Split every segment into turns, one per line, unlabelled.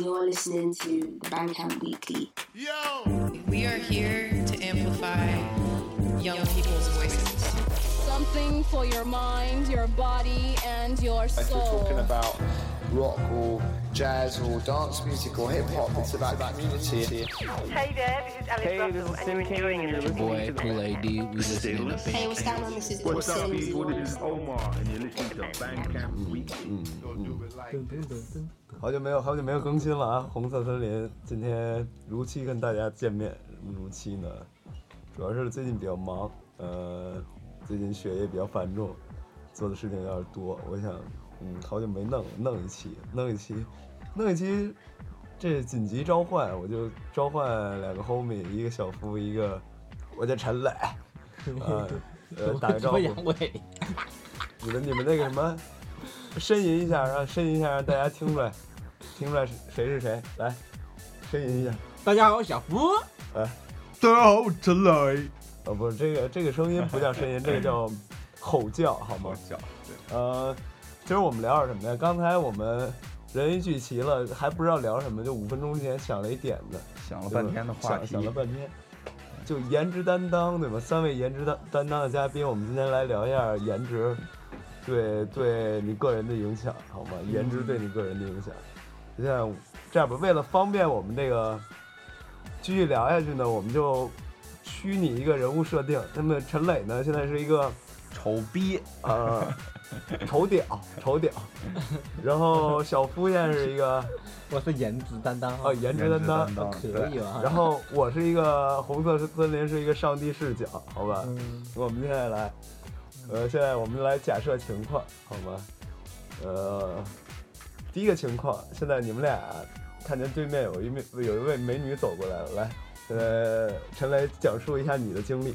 listening to Bandcamp Weekly.
We are here to amplify young people's voices.
something for your mind, your body, and your
If we're
soul.
talking about rock or jazz or dance music or hip hop, it's about community.
Hey there, this is Alice
Hey,
Russell,
this is
and
Tim
you're
Kane,
doing
and you're
it.
listening
Boy,
to the
Kool Aid D, we listening to
Hey, what's going on? This is
What's up,
Sims.
people? This is Omar, and you're listening to Bandcamp Weekly.
好久没有好久没有更新了啊！红色森林今天如期跟大家见面，如期呢，主要是最近比较忙，呃，最近学业比较繁重，做的事情有点多。我想，嗯，好久没弄弄一期，弄一期，弄一期，这紧急召唤，我就召唤两个 homie，一个小夫，一个我叫陈磊，呃，呃，打个招呼，
鬼，
你们你们那个什么，呻吟一下，让呻吟一下，让大家听出来，听出来是谁是谁，来，呻吟一下。
大家好，我小福。
大
啊
家好，我陈
哎
磊。哦，不是这个这个声音不叫呻吟，这个叫吼叫，好吗？
叫
呃，今儿我们聊点什么呀？刚才我们人一聚齐了，还不知道聊什么，就五分钟之前想了一点子，
想了半天的话
想
题，
想了半天，就颜值担当对吧？三位颜值担担当的嘉宾，我们今天来聊一下颜值对对你个人的影响，好吗？颜值对你个人的影响。就像这样吧，为了方便我们这个继续聊下去呢，我们就虚拟一个人物设定。那么陈磊呢，现在是一个
丑逼，
呃丑屌， 丑屌，然后小夫现在是一个
我是颜值担当啊
呃颜值担当
颜值担。当
可以吧？
然后我是一个红色森林，是一个上帝视角，好吧？
嗯
我们现在来，呃，现在我们来假设情况，好吗？呃，第一个情况，现在你们俩看见对面有一面有一位美女走过来了，来，呃，陈雷讲述一下你的经历。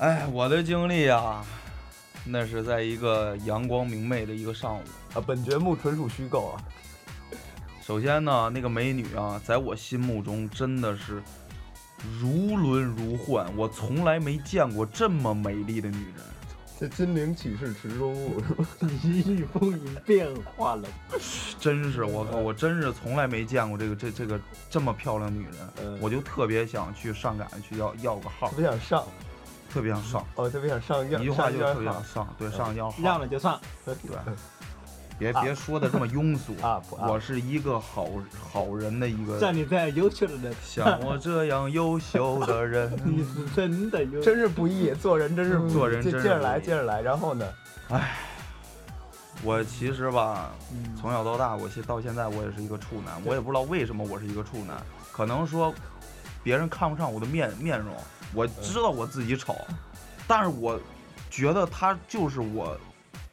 哎，我的经历啊，那是在一个阳光明媚的一个上午。
啊，本节目纯属虚构啊！
首先呢，那个美女啊，在我心目中真的是如轮如幻，我从来没见过这么美丽的女人。
这金陵岂是池中 物，是吧？
一日风云变化了，
真是我靠，我真是从来没见过这个这这个这么漂亮的女
嗯
人，我就特别想去上赶去要要个号
特，别想上，
特别想上，
哦，特别想上要
一句话
上
就
要嗯
特别 想上，对，上要号，
让了就上。
对，别
啊
别说的这么庸俗
Up, up
我是一个好好人的一个
像你这样优秀的人，
像我这样优秀的 人，
你是真的优秀。
真是不易，做人真是不易
做人
接
真是
接着
不
来，
易
接着来，然后呢？
我其实吧，
嗯
从小到大，我现到现在我也是一个处男，我也不知道为什么我是一个处男，可能说别人看不上我的面面容，我
嗯
知道我自己丑，但是我觉得他就是我。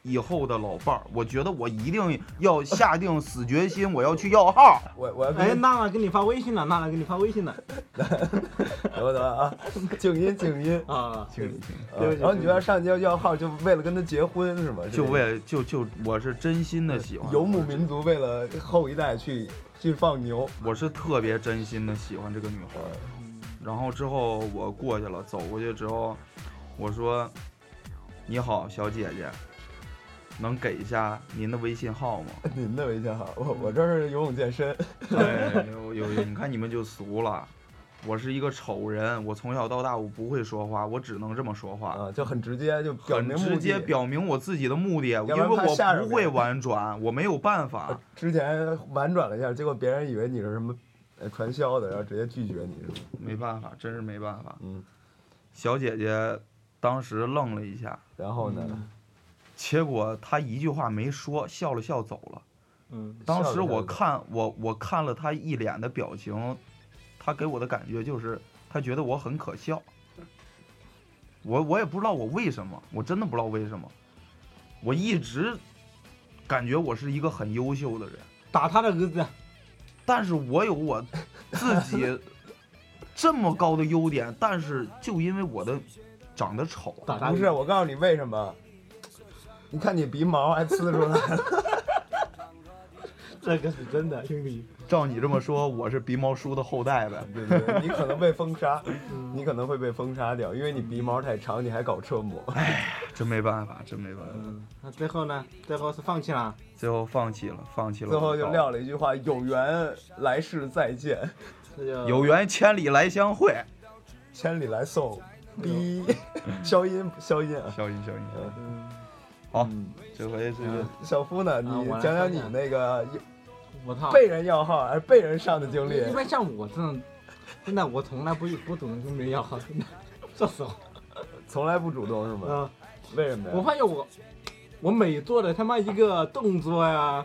以后的老伴儿，我觉得我一定要下定死决心，我要去要号。
我我要跟你
哎，娜娜给你发微信了，娜娜给你发微信了
等会儿等会 儿啊，静音静音。
啊！
啊
对不起
然后你就要上街要号，就为了跟他结婚是吗？是
就
这
为
意
了就就我是真心的喜欢
思游牧民族为了后一代去去放牛，
我是特别真心的喜欢这个女孩儿，
嗯
然后之后我过去了，走过去之后，我说：“你好，小姐姐，能给一下您的微信号 吗
您的微信号，我我这是游泳健身，？”
哎，有有有，你看你们就俗了。我是一个丑人，我从小到大我不会说话，我只能这么说话，
啊，就很直接，就表
很
明
直
目
接
的。
表明我自己的目的，因
然
为
怕吓着
我不
别
会
人
婉转，我没有办 法。
之前婉转了一下，结果别人以为你是什么呃传销的，然后直接拒绝你是吗？
没办法，真是没办法。
嗯，
小姐姐当时愣了一下，
然后呢？
结果她一句话没说，笑了笑走了。
嗯，
当
笑
时
了
我
笑走
看我我看了她一脸的表情，她给我的感觉就是她觉得我很可笑。我我也不知道我为什么，我真的不知道为什么。我一直感觉我是一个很优秀的人，
打他的儿子，
但是我有我自 己这么高的优点，但是就因为我的长得丑，啊
打他儿
不
子
是，我告诉你为什么？你看你鼻毛还呲出来了，
这个是真的，兄弟。
照你这么说，我是鼻毛叔的后代呗。
对对对，你可能被封杀，你可能会被封杀掉，因为你鼻毛太长，你还搞车模。
真没办法，真没办法，
嗯那最后呢？最后是放弃了。
最后放弃了，放弃了。
最后就撂了一句话：“有缘来世再见，
那就
有缘千里来相会。
千里来送。”逼，消音消音啊！
消音消音。
嗯
好，这回这个
嗯
小夫呢？你
啊我来
讲讲
分
你
享
那个
我操！
被人要号还是被人上的经历
一？般像我这种，真的我从来不不主动跟别人要好，真的，说实话。
从来不主动是吗？
嗯，
为什么
我
呀？
发现我，我每做的他妈一个动作呀，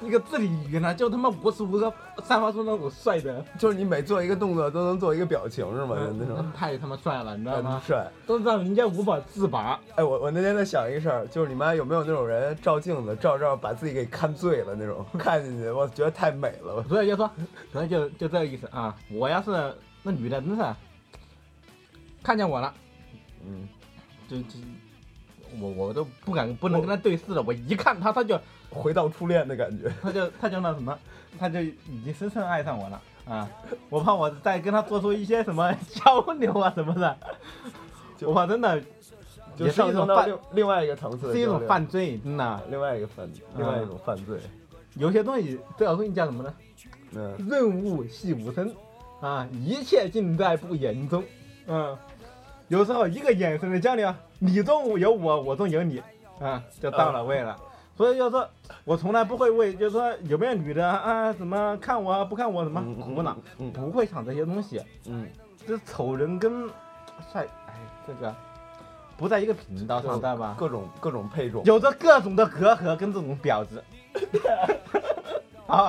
一个肢体语言呢，就他妈无时无刻散发出那种帅的，
就是你每做一个动作都能做一个表情是吗？
啊
就那种
嗯
嗯
太他妈帅了，你知道
很
吗？
帅。
都让人家无法自拔。
哎，我我那天在想一个事儿，就是你妈有没有那种人照镜子照照把自己给看醉了那种， 看进去我觉得太美了。
所以就说，所以就就这个意思啊。我要是那女的，真是看见我了，
嗯，
就就我我都不敢不能跟她对视了。我一看她，她就
回到初恋的感觉。
她就她就那什么，她就已经深深爱上我了啊！我怕我再跟她做出一些什么 交流啊什么的，
就
我怕真的
就
嗯也是
上
一种
升到
犯，
另另外一个层次的交流，
是一种犯嗯罪，真的。
另外一个犯另外一种犯罪。
有些东西这种东西叫什么呢？
嗯，
润物细无声，啊，一切尽在不言中。嗯，有时候一个眼神的交流，你中有我，我中有你，啊，就到了位了。所以就说，我从来不会为就是说有没有女的啊，怎么看我啊不看我什么
嗯
苦恼，
嗯
不会想这些东西。
嗯，
这丑人跟帅，哎，这个不在一个频道上，知道吧？
各种各种配种。
有着各种的隔阂跟这种婊子。 好好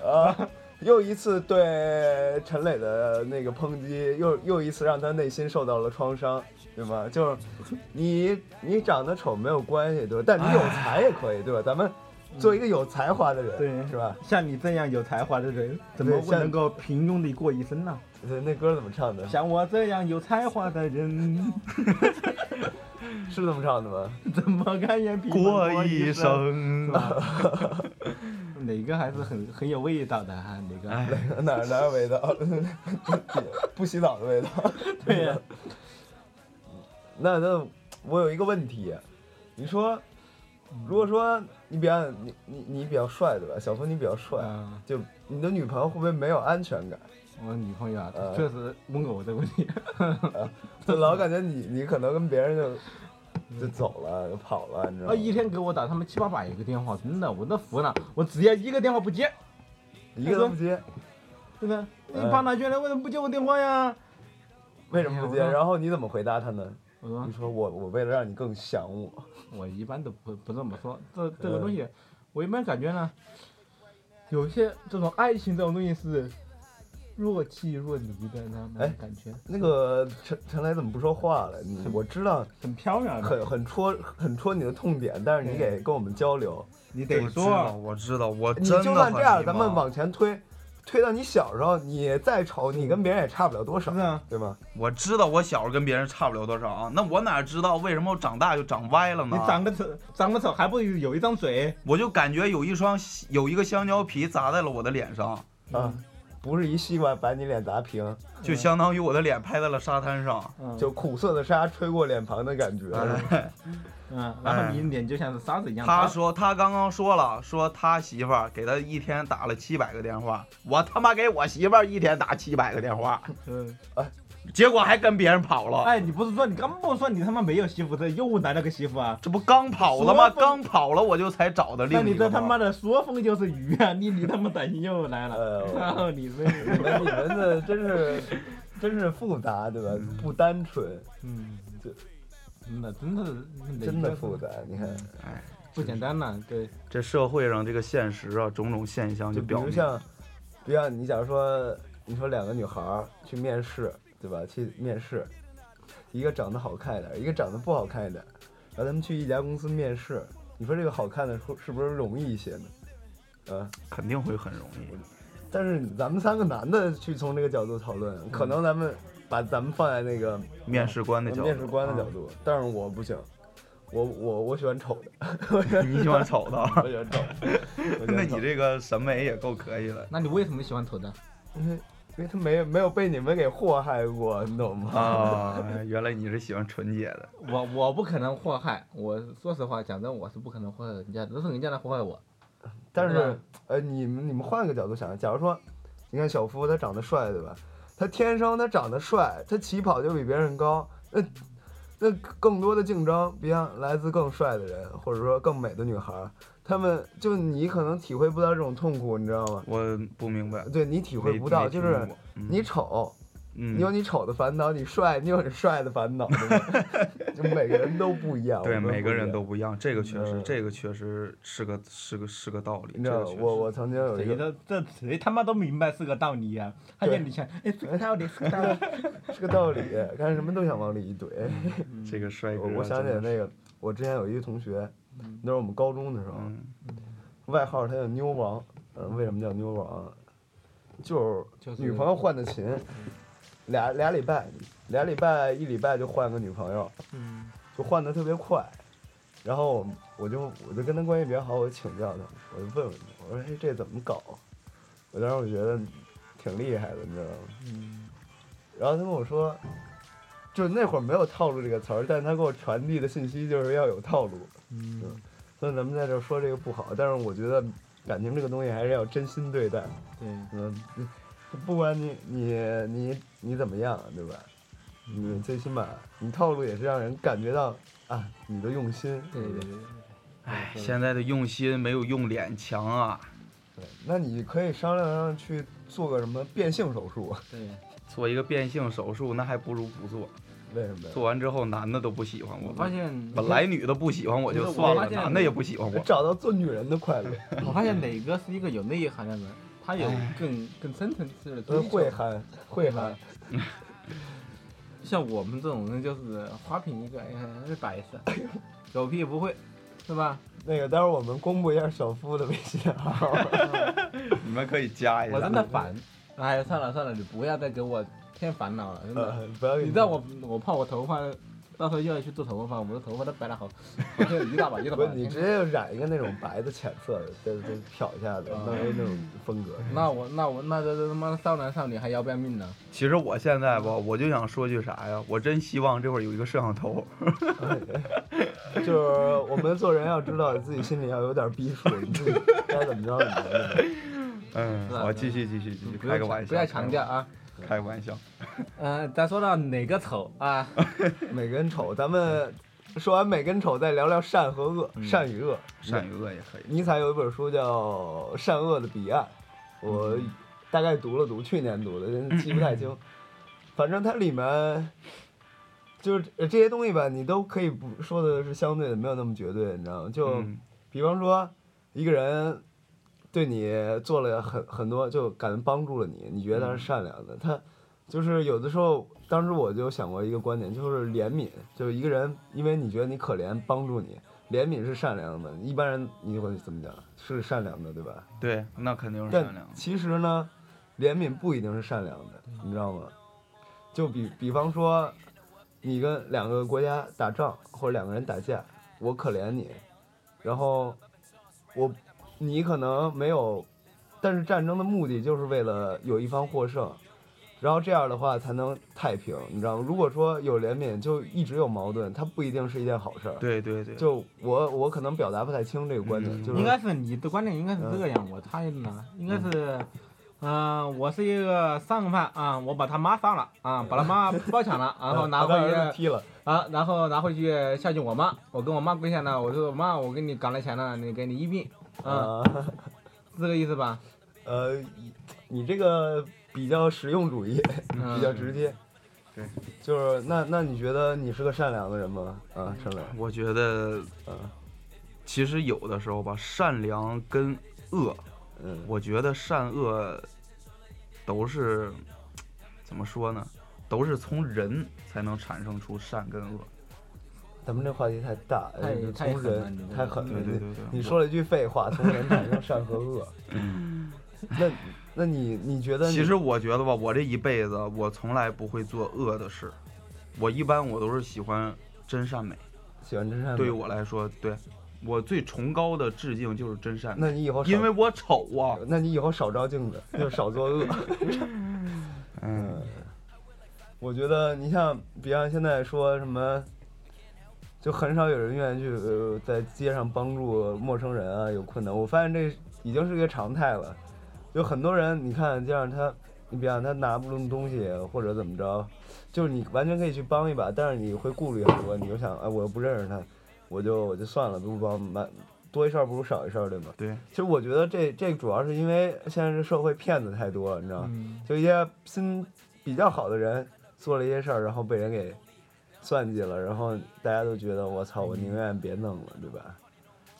好，
啊， 又一次对陈磊的那个抨击，又又一次让他内心受到了创伤，对吗？就是你你长得丑没有关系，对吧？但你有才也可以，对吧？咱们做一个有才华的人，
对
是吧？
像你这样有才华的人，怎么
对
会
像
能够平庸地过一生呢？
对，那歌怎么唱的？
像我这样有才华的人，
是这么唱的吗？
怎么甘愿平庸
过一
一生？
生
是，吧 哪个还是很很有味道的哈、哪
哎
个？
哪哪有味道？ 不洗澡的味道。
对呀、
那那我有一个问题，你说，如果说你比较你你你比较帅对吧？小峰你比较帅，
啊
就你的女朋友会不会没有安全 感？
我女朋友啊，
呃
确实问过我这个问题。
就老感觉你你可能跟别人就就走了，就跑了，你知
嗯
道
啊，
吗？
一天给我打他们七八百个电话，真的，我都服了。我只要一个电话不接，
一个都不接，
真的，你
呃
跑哪去了？为什么不接我电话呀？
为什么不接？
哎呀我嗯
然后你怎么回答他呢？
我说
你说我我为了让你更想我，
我一般都不不这么说，这这
呃
个东西，我一般感觉呢，有些这种爱情这种东西是若即若离的，你知道吗
哎？
感觉
那个陈陈雷怎么不说话了？
嗯
你我知道
很飘然的，
很很戳很戳你的痛点，但是你给跟我们交流，
你
我知道，我知道，
嗯
我
你
真的
就算
很
这样，
迷
咱们
茫
往前推，推到你小时候，你再丑，你跟别人也差不了多少
是，啊，
对吗？
我知道我小时候跟别人差不了多少啊，那我哪知道为什么我长大就长歪了
你
呢？
长个丑，长个丑还不如有一张嘴，
我就感觉有一双有一个香蕉皮砸在了我的脸上，
啊，
嗯
不是一西瓜把你脸砸平，
就相当于我的脸拍在了沙滩上。
嗯，
就苦涩的沙吹过脸庞的感觉。啊
哎，
嗯，然后你脸就像是沙子一样。啊
他说他刚刚说了，说他媳妇儿给他一天打了七百个电话，我他妈给我媳妇儿一天打七百个电话，
嗯，
结果还跟别人跑了。
哎，你不是说你刚不是说你他妈没有媳妇，这又来了个媳妇啊？
这不刚跑了吗？
说吧
刚跑了我就才找的另
那
一
你
个
这
吗。
他妈的说风就是雨啊！你你他妈短信又来了
哎，
呃
呦
然后你这，
你们你们的真是真是复杂，对吧？不单纯，
嗯，
这
真的真的
真的复杂。你看，
不简单呐，对，
这社会上这个现实啊，种种现象就
就比
表
如
明，
像，比如像你假如说，你说两个女孩儿去面试，对吧？去面试，一个长得好看一点儿，一个长得不好看一点儿，然后他们去一家公司面试，你说这个好看的是是不是容易一些呢？呃，
肯定会很容易。
但是咱们三个男的去从这个角度讨论，可能咱们把咱们放在那个嗯呃
面试官的角度，啊
面试官的角度，但是我不行，我我我喜欢丑的，
啊 你喜欢丑的，
我喜欢丑 的。我喜欢
那
丑
你
的
这个审美也够可以了
那你为什么喜欢头的？
因为因为他没有没有被你们给祸害过，你懂吗？
啊！原来你是喜欢纯洁的，
我我不可能祸害，我说实话，讲真，我是不可能祸害人家，的，都是人家来祸害我。
但
对
是
吧，
呃，你们你们换个角度想，假如说，你看小夫他长得帅，对吧？他天生他长得帅，他起跑就比别人高，那那更多的竞争，比方来自更帅的人，或者说更美的女孩儿，他们就你可能体会不到这种痛苦，你知道吗？
我不明白，
对你体会
没
不
没
到，就
听
是
过
你丑，
嗯
你有你丑的烦恼，你帅你有你帅的烦恼，对吧 就每个人都不一样。
对
我们
每
不
个
一
人
样
都不一样，这个确实，
嗯
这个确实是个是个是个道理。
你知
这
道
个确
我
实
我曾经有一
谁
个
的这谁他妈都明白是个道理呀、他
对
眼里想，哎，是个道理，是个道 理。
是个道理，干什么都想往里一怼。
这嗯个帅哥啊
我
真的是，
我想起来那个，我之前有一个同学，那是我们高中的时候，
嗯，
外号他叫妞王。嗯，为什么叫妞王？就是嗯女朋友换的勤，俩俩礼拜，俩礼拜一礼拜就换个女朋友，
嗯，
就换的特别快。然后我我就我就跟他关系比较好，我请教他，我就问问他，我说：“哎，这怎么搞？”我当时我觉得挺厉害的，你知道吗？
嗯
然后他跟我说，就是那会儿没有“套路”这个词儿，但是他给我传递的信息就是要有套路。嗯，所以咱们在这儿说这个不好，但是我觉得感情这个东西还是要真心对待。
对，
嗯，不管你你你你怎么样，对吧？你最起码你套路也是让人感觉到啊你的用心。
对对对，
哎，现在的用心没有用脸强啊！
对那你可以商量商量去做个什么变性手术？
做一个变性手术，那还不如不做。
为什么呀？
做完之后，男的都不喜欢我。
我发现
本来女的不喜欢我就
不是
算
我
了，
发现
男的也不喜欢我。
找到做女人的快乐，
我发现磊哥是一个有内涵的人，他有更更深层次的追
呃
求。
会憨会憨，
像我们这种人就是花瓶一个，哎呀，是摆设，狗屁不会，是吧？
那个，待会儿我们公布一下小夫的微信号。
你们可以加一下。啊
我真的烦。哎呀，算了算了，你不要再给我添烦恼了，真的。
呃， 不要给
你知道我我怕我头发，到时候又要去做头发，我的头发都白了好，好像一大把一大
不
把
是，。你直接就染一个那种白的浅色的，再再漂一下子，弄一那种风格。
啊那我那我那这这他妈的少男少女还要不要命呢？
其实我现在吧，我就想说句啥呀？我真希望这会儿有一个摄像 头。
就是我们做人要知道自己心里要有点逼数，你自己该怎么着怎么着。
嗯，
是啊
好，继续继续继续，
不
开
要
个玩
强
笑，
不要强调啊。
开个玩笑。
呃
嗯，咱说到哪个丑啊？
美跟丑，咱们说完美跟丑，再聊聊善和恶，
嗯
善与恶。
善与恶也可以。
尼采有一本书叫《善恶的彼岸》，我
嗯
大概读了读，去年读的，真记不太清。反正它里面就是呃这些东西吧，你都可以不说的是相对的，没有那么绝对，你知道吗？就
嗯
比方说一个人对你做了很很多，就感恩帮助了你，你觉得他是善良的，他就是有的时候，当时我就想过一个观点，就是怜悯，就是一个人因为你觉得你可怜，帮助你。怜悯是善良的，一般人你会怎么讲？是善良的，对吧？
对，那肯定是善
但
良。
其实呢，怜悯不一定是善良的，你知道吗？就比比方说，你跟两个国家打仗，或者两个人打架，我可怜你，然后我你可能没有，但是战争的目的就是为了有一方获胜，然后这样的话才能太平，你知道吗？如果说有怜悯，就一直有矛盾，它不一定是一件好事儿。
对对对，
就我我可能表达不太清这个观点，
嗯
就是
应该是你的观点应该是这个样，我插一句呢，应该是，嗯、我是一个商贩啊，我把他妈杀了啊，把他妈包抢了，然后拿
嗯把
回
他儿子
去
踢了，
啊，然后拿回去孝敬我妈，我跟我妈跪下了，我说妈，我给你赶了钱了，你给你医病，啊，
啊。
是这个意思吧？
呃，你这个比较实用主义，
嗯
比较直接。
对，
就是那那你觉得你是个善良的人吗？
嗯
啊，善良，
我觉得
嗯
其实有的时候吧，善良跟恶，
嗯，
我觉得善恶都是怎么说呢？都是从人才能产生出善跟恶。
咱们这话题太大，
太
呃
太
从
狠了
人
你这
太狠了。
对对对
你
对
你说了一句废话，从人产生善和恶。 那那你你觉得
嗯
你
其实我觉得吧，我这一辈子我从来不会做恶的事，我一般我都是喜欢真善美。
喜欢真善美。
对于我来说，对我最崇高的致敬就是真善美，
那你以后少
因为我丑啊。
那你以后少照镜子，就少作恶。
嗯，
我觉得你像比方现在说什么，就很少有人愿意去、呃、在街上帮助陌生人啊，有困难。我发现这已经是一个常态了，有很多人你看，就像他，你比方他拿不动东西或者怎么着，就是你完全可以去帮一把，但是你会顾虑很多，你就想，哎，我又不认识他，我就我就算了，不帮，蛮多一事儿不如少一事儿，对吗？
对，
其实我觉得这这主要是因为现在这社会骗子太多了，你知道吗？
嗯
就一些心比较好的人做了一些事儿，然后被人给算计了，然后大家都觉得我操，我
嗯
宁愿别弄了，对吧？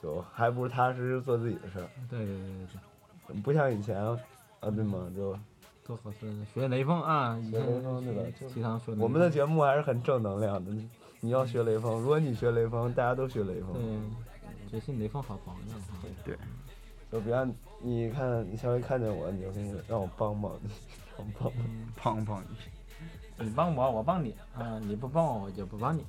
就还不如踏踏实实做自己的事儿，
对对对对对，
不像以前啊，对吗？就
做好事学雷锋啊，以前
学雷锋对吧就
提倡学雷锋
我们的节目还是很正能量的。你你要学雷锋，如果你学雷锋，大家都学雷锋。
对，学习雷锋好榜样啊。
就比方你看，你下回看见我，你就跟我让我帮帮你，让我帮帮你。
胖胖，
你帮我，我帮你啊！你不帮我，我就不帮你。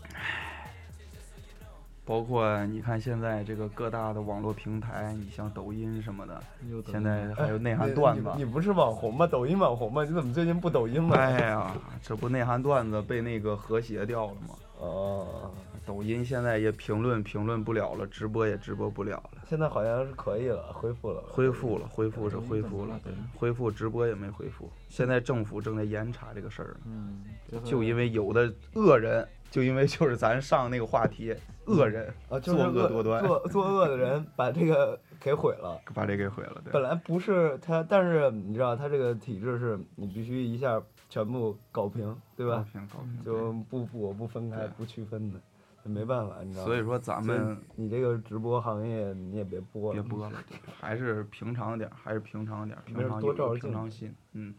包括你看现在这个各大的网络平台，你像抖音什么的，
又得
现在还有内涵
你
段
哎你
子。
你不是网红吗？抖音网红吗？你怎么最近不抖音了？
哎呀，这不内涵段子被那个和谐掉了吗？
哦，
抖音现在也评论评论不了了，直播也直播不了了，
现在好像是可以了，恢复了。
恢复了，恢复是
抖音
恢
怎么
复了
了，
对
抖音，
恢复直播也没恢复。现在政府正在严查这个事儿呢。
嗯，就是
就因为有的恶人，就因为就是咱上那个话题，恶人
啊，就
作
是
恶多端，
作作恶的人把这个给毁了。
把这给毁了。
本
对，
来不是他，但是你知道他这个体制是你必须一下全部搞平，对
高
吧？
频高频。
就不不我不分开
对
不区分的，没办法，你知道吗？
所以说咱
所以
们
你这个直播行业你也别播
别
了，
播了，对还是平常点儿，还是平常点儿，
没
平
事
常
多
有
照
有
照镜
平
子
常心。嗯，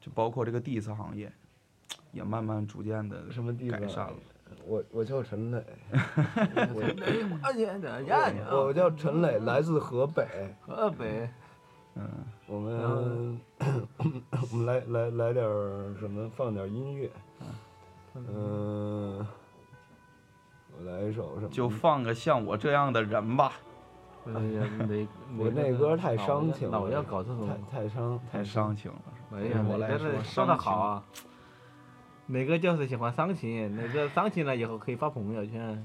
就包括这个 diss 行业，也慢慢逐渐的
什么地
改
方啊
善了。
我我叫陈 磊，
哎呀呀呀呀！
我叫陈磊，来自河北。
河北
嗯，
我们我们来来来点儿什么，放点儿音乐。嗯，我来一首什么？
就放个像我这样的人吧，
哎呀，雷
我那歌太伤情了，
老要搞这种。
太太伤
太伤情了。
哎
对
呀，
我来
磊
说
哥这
伤
说的好
情
啊。哪个就是喜欢伤情，哪个伤情了以后可以发朋友圈，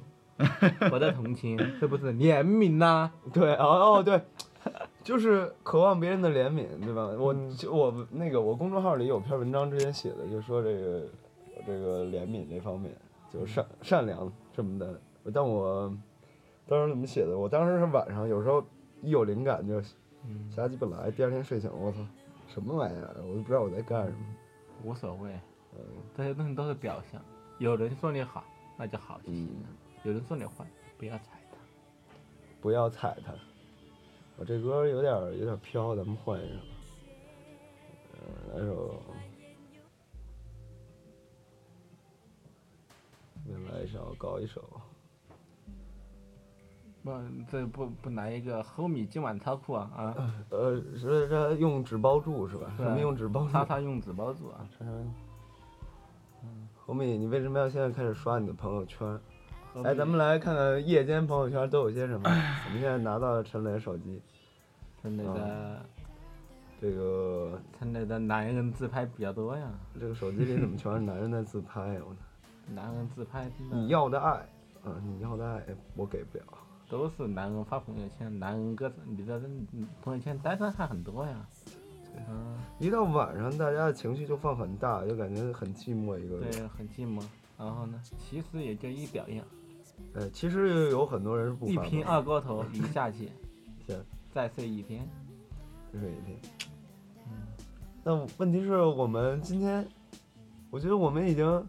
博得同情，是不是怜悯呐？
对，哦哦对，就是渴望别人的怜悯，对吧？我就我那个我公众号里有篇文章之前写的，就说这个这个怜悯这方面，就是善善良什么的。但我当时怎么写的？我当时是晚上，有时候一有灵感就瞎鸡巴来，第二天睡醒，我操，什么玩意儿？啊我都不知道我在干什么。呃
无所谓，这些东西都是表象。有人说你好，那就好就行
嗯
了；有人说你坏，不要睬他。
不要踩它。我这歌有点有点飘，咱们换一首。嗯，来首，再来一首，搞一首。
不，这不不来一个 homie 今晚超酷啊啊！
呃，是是用纸包住是吧？
对
咱们用纸包住嗯
叉。叉用纸包住啊！
红米，你为什么要现在开始刷你的朋友圈？
和
哎，咱们来看看夜间朋友圈都有些什么。我们现在拿到了陈磊手机，
陈磊
啊
的
这个
陈磊的男人自拍比较多呀，
这个手机里怎么全是男人在自拍呀？我操！
男人自拍真
你
的
要的爱，嗯，你要的爱我给不了。
都是男人发朋友圈，男人歌你的嗯朋友圈单身汉很多呀。嗯，
一到晚上，大家的情绪就放很大，就感觉很寂寞一个人。
对，啊很寂寞。然后呢，其实也就一表样，
呃，其实有很多人是不
一
发
瓶
的，
二锅头一下去，
行，
再睡一天。
这是一天。
嗯
那问题是我们今天，我觉得我们已经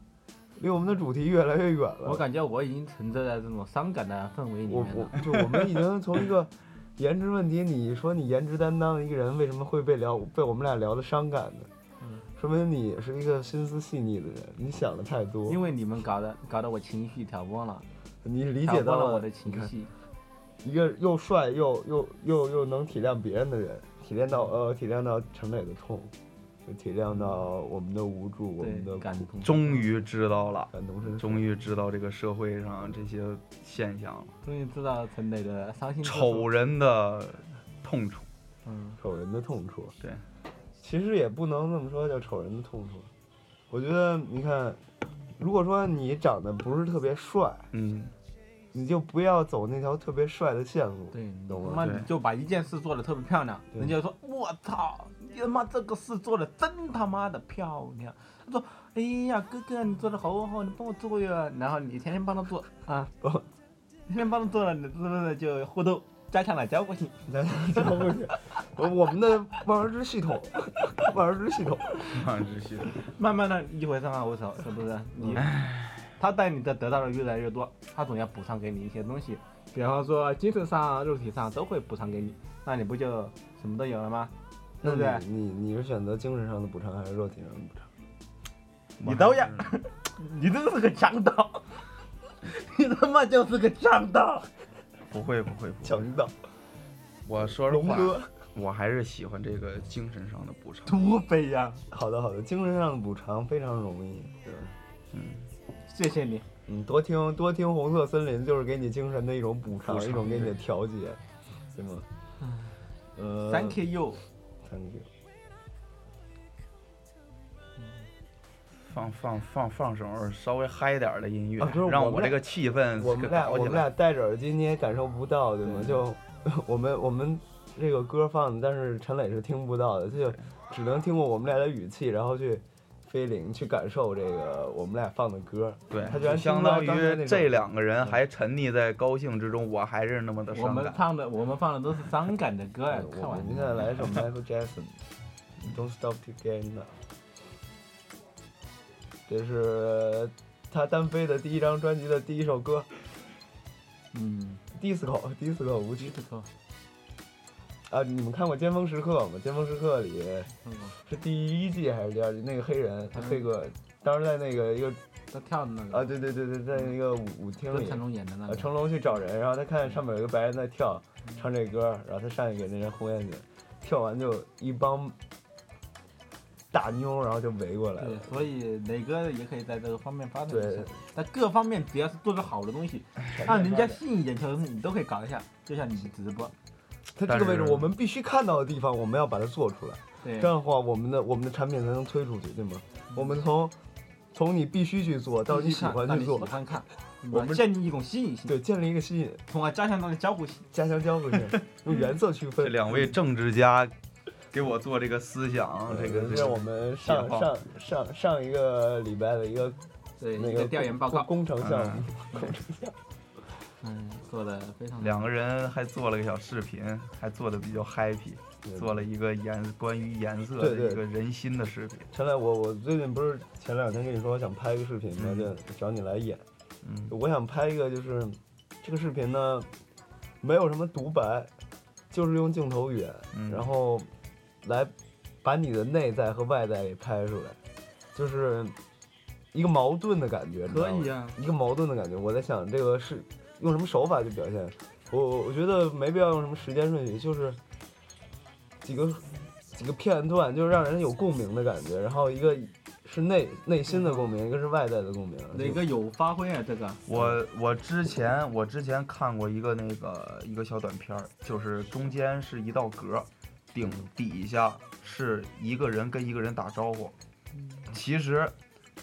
离我们的主题越来越远了。
我感觉我已经沉醉在这种伤感的氛围里
我
面了。
我就我们已经从一个颜值问题，你说你颜值担当的一个人，为什么会被聊被我们俩聊的伤感呢？
嗯
说明你是一个心思细腻的人，你想的太多，
因为你们搞得搞得我情绪调拨了，
你理
调
解
拨
到
了我
了
的
你
情
看
绪。
一个又帅又又又又能体谅别人的人，体谅到呃体谅到陈磊的痛，就体谅到我们的无助，我们的
嗯对，感
苦
同
终于知道了，
感同身受。
终于知道这个社会上这些现象了，
终于知道陈磊的伤心之处
丑，人的痛楚。
嗯，
丑人的痛处。
对，
其实也不能这么说叫丑人的痛处。我觉得你看，如果说你长得不是特别帅，
嗯，
你就不要走那条特别帅的线路。
对，
懂
他
了
妈
对
你就把一件事做的特别漂亮，
对
人家就说我操，你他妈这个事做的真他妈的漂亮。他说，哎呀哥哥你做的好好，你帮我做呀。然后你天天帮他做啊，
哦
天天帮他做了，你是不是就互动加强了交互性？
咱这么回去，我我们的万儿之系统， 万儿之系统，
让窒 息。
慢慢的一回生二回 熟，是不是？你他带你的得到的越来越多，他总要补偿给你一些东西，比方说精神上、肉体上都会补偿给你，那你不就什么都有了吗？对不对
那？你你你是选择精神上的补偿还是肉体上的补偿？
你都要， 你真是个强盗， 你他妈就是个强盗。
不会不会不会，
强盗，
我说实
龙
话，
哥，
我还是喜欢这个精神上的补偿。
多悲呀！
好的好的，精神上的补偿非常容易，对吧？
谢谢你，
嗯，多听多听红色森林，就是给你精神的一种补偿，
补偿
一种给你的调节，对吗？呃
三 K 又
thank you，
放放放放首稍微嗨点儿的音乐，
啊不是
让
我们
我这
俩
个气氛
我们俩
搞
我
起
们
来
俩戴着耳机你也感受不到，对吗？
对
就我们我们这个歌放的，但是陈磊是听不到的，他就只能听过我们俩的语气，然后去飞领去感受这个我们俩放的歌。
对，
他居
就
然
相
听到
当
刚才那
于
嗯种
这两个人还沉溺在高兴之中，我还是那么的
我
伤
们
感。
唱的，我们放的都是伤感的 歌呀
嗯。
看
我
完
们现在来一首 Michael Jackson，Don't Stop t o g e t Now。这是他单飞的第一张专辑的第一首歌
嗯，
，disco disco 舞曲
不错，
啊！你们看过《尖峰时刻》吗？《尖峰时刻》里
嗯，
是第一季还是第二季？那个黑人他
嗯
飞过，当时在那个一个
他跳的那个，
啊，对对对对，在一个舞舞厅
跟
里
成，龙演的那
呃，
个，
成龙去找人，然后他看上面有一个白人在跳，唱这歌，然后他上去给那人轰下去，跳完就一帮大妞，然后就围过来
对
了，。
所以磊哥也可以在这个方面发展一下
对，，
在各方面只要是做出好的东西，让人家吸引眼球的东西，你都可以搞一下。就像你的直播，
他这
但
个位置
是
我们必须看到的地方，我们要把它做出来，
对嗯
这，样的话，我们的我们的产品才能推出去，对吗？我们从从你必须去做到你
你
喜欢去
你喜
做，
欢看，
我们
建立一种吸引性，
对，建立一个吸引，
从而加强它的交互性。
加强交互性， 用原色区分
这。两位政治家给我做这个思想，这个
这
这
是
个
嗯我们上
解放
上上上一个礼拜的一个
对，
那
一
个
个调研报
工
告，
工程项目，
嗯，做的非常
两个人还做了个小视频，还做的比较 happy，
对
做了一个颜关于颜色
对对
的一个人心的视频。
陈磊，我我最近不是前两天跟你说我想拍一个视频吗？
嗯
就找你来演。
嗯，
我想拍一个，就是这个视频呢，没有什么独白，就是用镜头语言，
嗯
然后来把你的内在和外在给拍出来，就是一个矛盾的感觉。你知道
可
吗
以啊，
一个矛盾的感觉。我在想这个是用什么手法去表现？我我我觉得没必要用什么时间顺序，就是几个几个片段，就是让人有共鸣的感觉。然后一个是内内心的共鸣，一个是外在的共鸣。
磊哥有发挥啊，这个
我我之前我之前看过一个那个一个小短片儿，就是中间是一道格儿，顶底下是一个人跟一个人打招呼。其实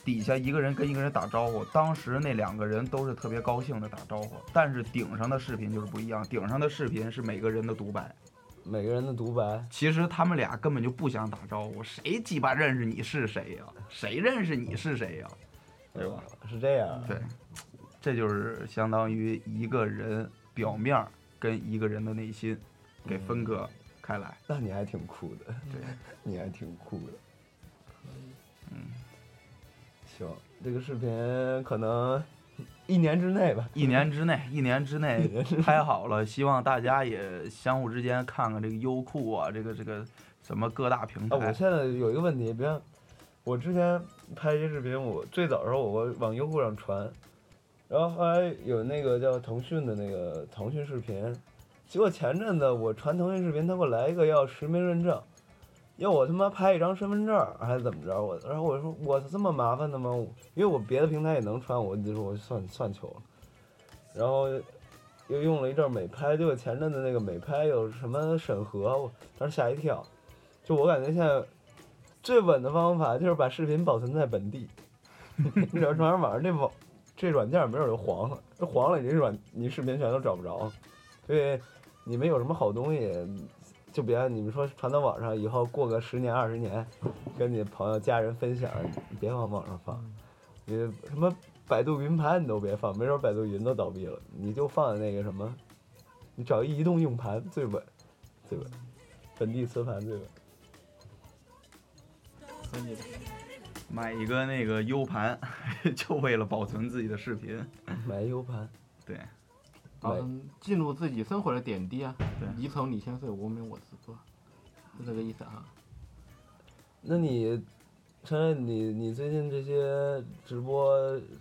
底下一个人跟一个人打招呼，当时那两个人都是特别高兴的打招呼，但是顶上的视频就是不一样，顶上的视频是每个人的独白。
每个人的独白，
其实他们俩根本就不想打招呼，谁鸡巴认识你是谁呀、谁认识你是谁呀、
哎
对吧？
是这样。
对，这就是相当于一个人表面儿跟一个人的内心给分割开来。
那你还挺酷的，
对，
你还挺酷的。嗯，行，这个视频可能一年之内吧。
一年之内，一年之内拍好了，希望大家也相互之间看看这个优酷啊，这个这个什么各大平
啊，我
台。
现在有一个问题，别让我之前拍一些视频，我最早的时候我往优酷上传，然后后来有那个叫腾讯的那个腾讯视频，结果前阵子我传腾讯视频，他给我来一个要实名认证，要我他妈拍一张身份证儿还是怎么着我，然后我说我这么麻烦的吗？我因为我别的平台也能穿，我就说我算算球了，然后又用了一阵儿美拍，结果前阵子那个美拍有什么审核，我当时吓一跳，就我感觉现在最稳的方法就是把视频保存在本地， 你只要传上网上这网这软件儿没准儿就黄了，这黄了你这软你视频全都找不着，所以你们有什么好东西就别你们说传到网上，以后过个十年二十年，跟你朋友家人分享，你别往网上放，你什么百度云盘你都别放，没准百度云都倒闭了，你就放那个什么，你找一移动硬盘最稳，最稳，本地磁盘最稳。
买一个那个 U 盘， 就为了保存自己的视频。
买 U 盘，
对，
买
嗯，记录自己生活的点滴啊
对，
你丑你先睡，我美我自做，是这个意思啊。
那你，陈晨，你你最近这些直播、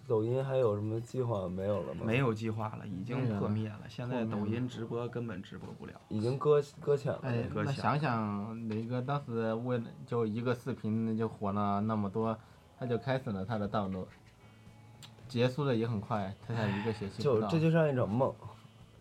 抖音还有什么计划没有了吗？
没，有计划了，已经破灭了。现在
破灭
抖
了
音直播根本直播不了。
已经搁搁浅了。
哎，
歌
那
响
想想雷哥当时为了就一个视频就火了那么多，他就开始了他的道路，结束的也很快，他才一个学期不
就
到。
这就像一场梦，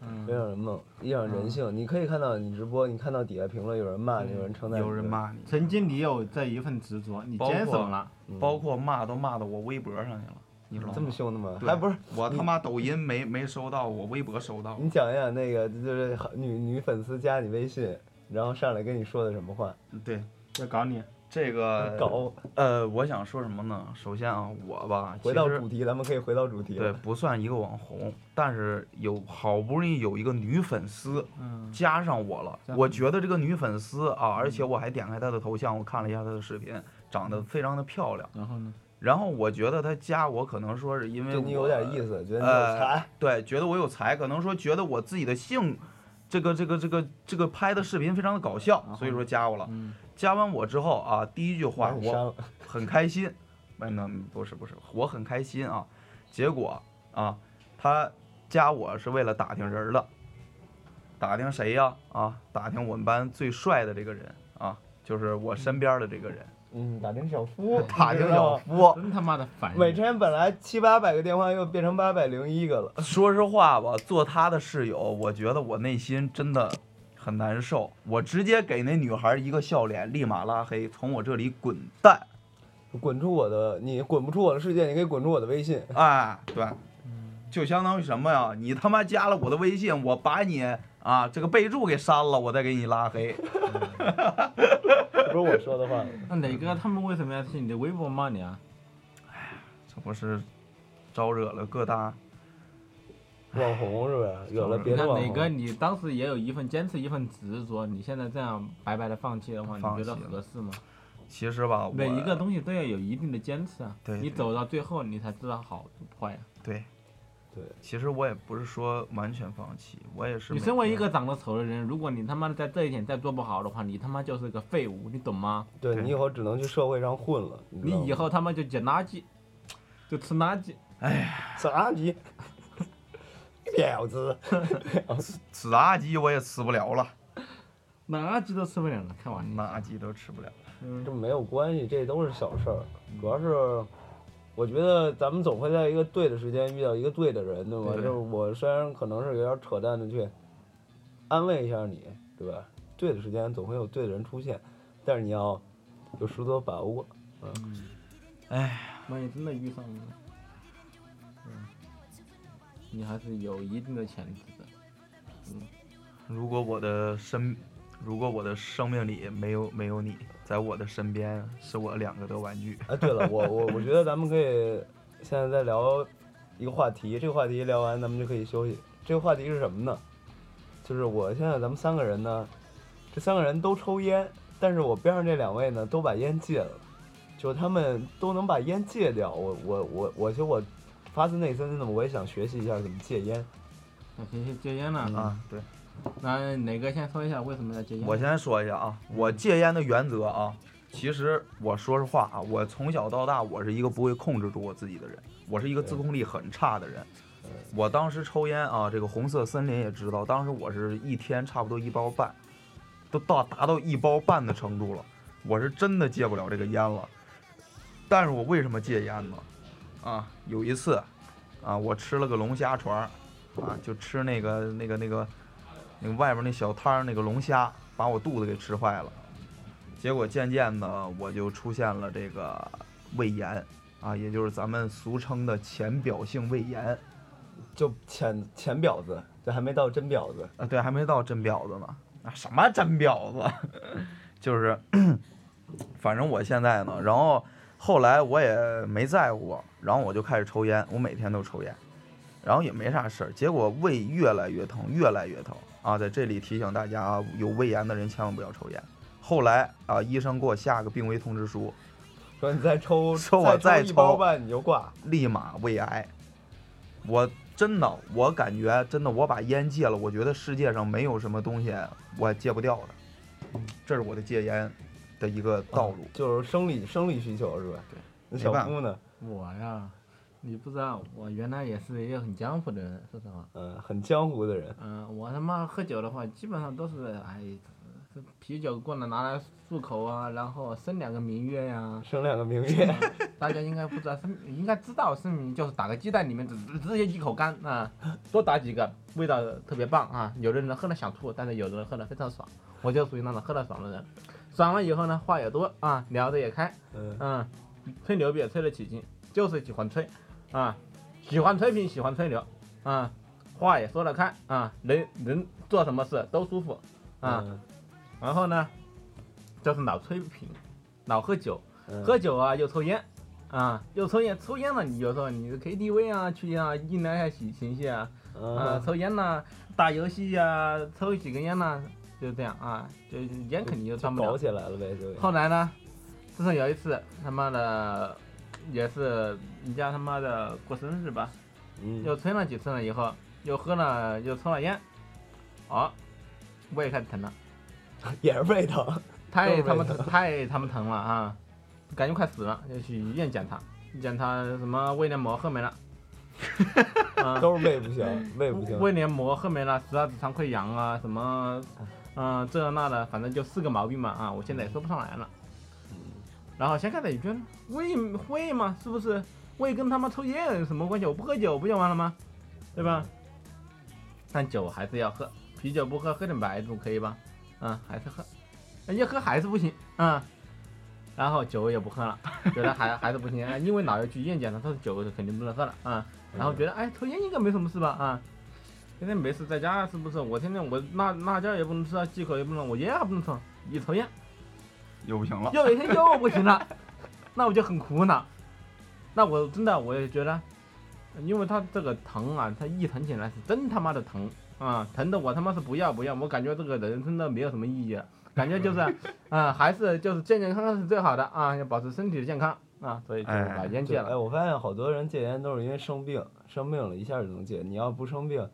嗯
非常人梦，一场人
嗯
性。你可以看到你直播，你看到底下评论有人骂你，有人称赞，
有人，骂你，
曾经你有这一份执着，你
包括
坚守了，
包括骂都骂到我微博上去了，你知道吗？
这么凶的吗？
对
还不是
我他妈抖音没没收到，我微博收到了
你讲一讲那个，就是女女粉丝加你微信，然后上来跟你说的什么话？
对
要搞你。
这个
搞我。
呃，我想说什么呢？首先啊，我吧，
回到
其实
主题，咱们可以回到主题
对，
了。
不算一个网红，但是有好不容易有一个女粉丝
嗯，
加上我了
加，
我觉得这个女粉丝啊，而
嗯
且我还点开她的头像，我看了一下她的视频，长得非常的漂亮。
嗯
然后呢？
然后我觉得她加我，可能说是因为
对你有
我
点意思，觉得你有
呃
才，，
对，觉得我有才，可能说觉得我自己的性，这个这个这个这个拍的视频非常的搞笑，
啊
所以说加我了。
嗯
加完我之后啊，第一句话
把你删
我
了。
很开心，没那不是不是，我很开心啊。结果啊，他加我是为了打听人儿了，打听谁呀？啊，打听我们班最帅的这个人啊，就是我身边的这个人，
嗯，打听小夫，
打听
你知道
小
吗。
夫。
真他妈的烦
每
人！
天本来七八百个电话，又变成八百零一个了。
说实话吧，做他的室友，我觉得我内心真的很难受。我直接给那女孩一个笑脸，立马拉黑，从我这里滚蛋！
滚出我的，你滚不出我的世界，你可以滚出我的微信。
哎，对，
嗯
就相当于什么呀？你他妈加了我的微信，我把你啊这个备注给删了，我再给你拉 黑。
这不是我说的话吗？
那磊哥他们为什么要去你的微博骂你啊？
这不是招惹了各大？
网红是吧？惹了别
那
的网
磊哥，
红，
你当时也有一份坚持，一份执着，你现在这样白白的放弃的话，你
放
觉得
弃了
合适吗？
其实吧，我
每一个东西都要有一定的坚持啊，
对对
你走到最后，你才知道好与坏啊。
对
对，
其实我也不是说完全放弃，我也是
你
每
身为一
天
个长得丑的人，如果你他妈的在这一点再做不好的话，你他妈就是个废物，你懂吗？
对
对
你以后只能去社会上混了。知道吗
你以后他妈就捡垃圾，就吃垃圾。
啥 你？ 婊子！
死垃圾我也吃不了了，
垃圾都吃不了了，看完你。
垃圾都吃不了了。
这没有关系，这都是小事儿，主要是。我觉得咱们总会在一个对的时间遇到一个对的人，对吧？
对
就是我虽然可能是有点扯淡的去安慰一下你，对吧？对的时间总会有对的人出现，但是你要有十足的把握。
万一真的遇上了呢，嗯，你还是有一定的潜质的。
如果我的身，如果我的生命里没有没有你，在我的身边是我两个的玩具。
哎，对了，我我我觉得咱们可以现在再聊一个话题，这个话题聊完咱们就可以休息。这个话题是什么呢？就是我现在咱们三个人呢，这三个人都抽烟，但是我边上这两位呢都把烟戒了，就是他们都能把烟戒掉。我我我我其实我发自内心的我也想学习一下怎么戒烟。
那行行，戒烟了啊！
啊，对，
那磊哥先说一下为什么要戒烟？
我先说一下啊，我戒烟的原则啊，其实我说实话啊，我从小到大我是一个不会控制住我自己的人，我是一个自控力很差的人。我当时抽烟啊，这个红色森林也知道，当时我是一天差不多一包半，都到达到一包半的程度了。我是真的戒不了这个烟了。但是我为什么戒烟呢？啊，有一次，啊，我吃了个龙虾串儿，啊，就吃那个那个那个那个外边那小摊儿那个龙虾，把我肚子给吃坏了。结果渐渐的我就出现了这个胃炎，啊，也就是咱们俗称的浅表性胃炎。
就浅浅婊子，这还没到真婊子。
啊，对，还没到真婊子呢。啊，什么真婊子？ 就是，反正我现在呢，然后后来我也没在乎过，然后我就开始抽烟，我每天都抽烟，然后也没啥事儿，结果胃越来越疼，越来越疼啊！在这里提醒大家啊，有胃炎的人千万不要抽烟。后来啊，医生给我下个病危通知书，
说你再抽，
说我再
再一包
抽
吧，你就挂。
立马胃癌。我真的，我感觉真的，我把烟戒了，我觉得世界上没有什么东西我戒不掉的，这是我的戒烟的一个道路。
啊就是生理生理需求是吧？
对，
那
没
小
办
夫呢？
我呀，你不知道，我原来也是一个很江湖的人，说实话。
嗯，很江湖的人，
嗯、我他妈喝酒的话，基本上都是哎，这啤酒过来拿来漱口啊，然后升两个明月呀、
生两个明月，
大家应该不知道生，应该知道生米就是打个鸡蛋里面直直接一口干啊，多打几个，味道特别棒啊。有的人喝了想吐，但是有的人喝了非常爽。我就属于那种喝了爽的人，爽了以后呢，话也多啊，聊得也开，
嗯，
嗯，吹牛逼也吹得起劲，就是喜欢吹，啊，喜欢吹逼，喜欢吹牛，啊，话也说得开，啊，人人做什么事都舒服，啊，
嗯，
然后呢，就是老吹瓶，老喝酒，
嗯
喝酒啊又抽烟，啊又抽烟，抽烟了你有时候你 KTV 啊去啊酝酿一下情情绪啊，啊
嗯
抽烟呐、打游戏呀、抽几根烟呐、就这样啊，就烟肯定就断不了
搞。起来了呗，就
后来呢，自从有一次他妈的也是人家他妈的过生日吧，
嗯
又吹了几次了以后，又喝了又抽了烟，哦，胃开始疼了。
也是胃疼，
太他妈
都是胃
疼，太他妈疼了啊！感觉快死了，要去医院检查，检查什么胃黏膜喝没了，啊，
都是胃不行，胃不行，
胃黏膜喝没了，十二指肠溃疡啊，什么，嗯、这那的，反正就四个毛病嘛啊，我现在也说不上来了。然后先开始觉得胃胃嘛，是不是胃跟他妈抽烟有什么关系？我不喝酒不就完了吗？对吧？但酒还是要喝，啤酒不喝，喝点白酒可以吧？嗯，还是喝，哎一喝还是不行，嗯。然后酒也不喝了， 觉得还还是不行，哎因为老要去医院检查，他说酒肯定不能喝了啊、然后觉得哎，抽烟应该没什么事吧？啊、天天没事在家是不是？我天天我辣辣椒也不能吃啊，忌口也不能，我烟还不能抽，一抽烟
又不行了，
又有一天又不行了， 那我就很苦恼。那我真的我也觉得，因为它这个疼啊，它一疼起来是真他妈的疼啊、疼的我他妈是不要不要，我感觉这个人真的没有什么意义了，感觉就是啊、还是就是健健康康是最好的啊，要保持身体的健康啊，所以就把烟戒
对，
了。
哎，我发现好多人戒烟都是因为生病，生病了一下就能戒。你要不生病，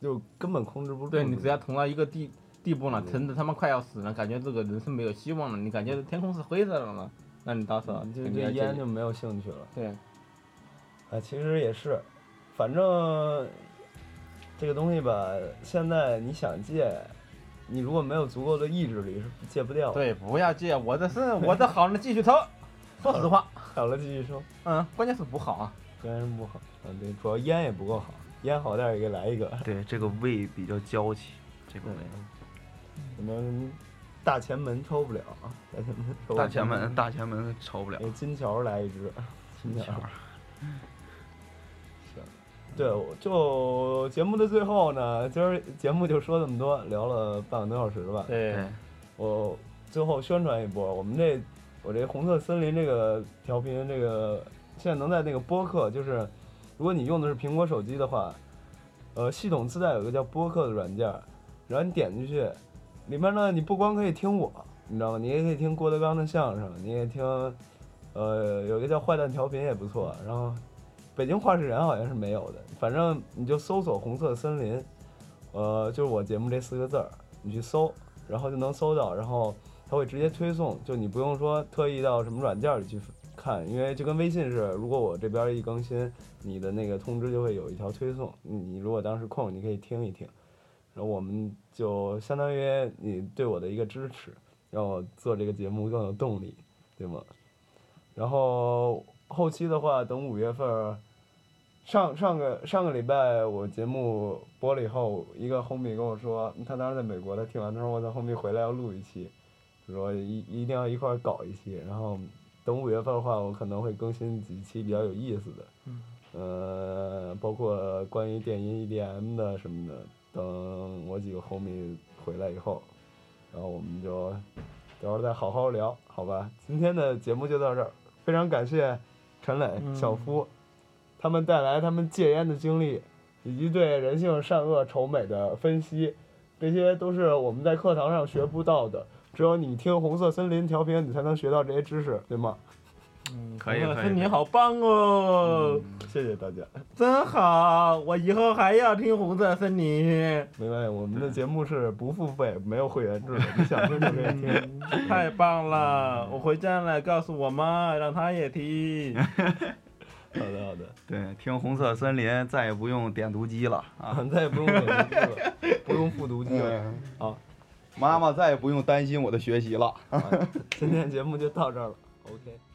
就根本控制不住。
对你只要疼到一个地地步了，疼的他妈快要死了，感觉这个人生没有希望了，你感觉天空是灰色的了，那你到时候
你就
肯定要
对
戒
烟就没有兴趣了。
对，嗯
啊，其实也是，反正这个东西吧，现在你想戒，你如果没有足够的意志力，是戒不掉的。
对，不要戒，我这是我这好了继续抽。说实话，
好了，继续说，
嗯，关键是不好啊。
虽然不好，啊，对，主要烟也不够好，烟好点儿也给来一个，
对，这个胃比较娇气，这个胃。
什么大前门抽不了啊，大前门抽不了
大前门，，大前门抽不了
给。金桥来一支，金桥。对，我就节目的最后呢，今儿节目就说这么多，聊了半个多小时吧。
对
对，
我最后宣传一波，我们这我这红色森林这个调频这个现在能在那个播客，就是如果你用的是苹果手机的话，呃，系统自带有一个叫播客的软件儿，然后你点进去，里面呢你不光可以听我，你知道吗？你也可以听郭德纲的相声，你也听，呃，有一个叫坏蛋调频也不错，然后北京话事人好像是没有的，反正你就搜索红色森林，呃，就是我节目这四个字儿，你去搜，然后就能搜到，然后它会直接推送，就你不用说特意到什么软件里去看，因为就跟微信似的，如果我这边一更新，你的那个通知就会有一条推送，你你如果当时空，你可以听一听，然后我们就相当于你对我的一个支持。让我做这个节目更有动力，对吗？然后后期的话，等五月份儿，上上个上个礼拜我节目播了以后，一个 homie 跟我说，他当时在美国，他听完他说我操 homie 回来要录一期，他说一一定要一块儿搞一期，然后等五月份的话，我可能会更新几期比较有意思的，呃，包括关于电音 EDM 的什么的，等我几个 homie 回来以后，然后我们就到时候再好好聊，好吧？今天的节目就到这儿，非常感谢陈磊、小夫，他们带来他们戒烟的经历，以及对人性善恶丑美的分析，这些都是我们在课堂上学不到的。只有你听红色森林调频，你才能学到这些知识，对吗？
可以可
森林
以，
好棒哦，
嗯谢谢大家。
真好！我以后还要听红色森林，
另外，我们的节目是不付费，没有会员制的，你想听就可以听。
太棒了！我回家了，告诉我妈，让她也听。
好的，好的。
对，听红色森林再也不用点读机了啊，
啊，再也不用复读机了，不用复读机了。
妈妈再也不用担心我的学习了。
今天节目就到这儿了，OK。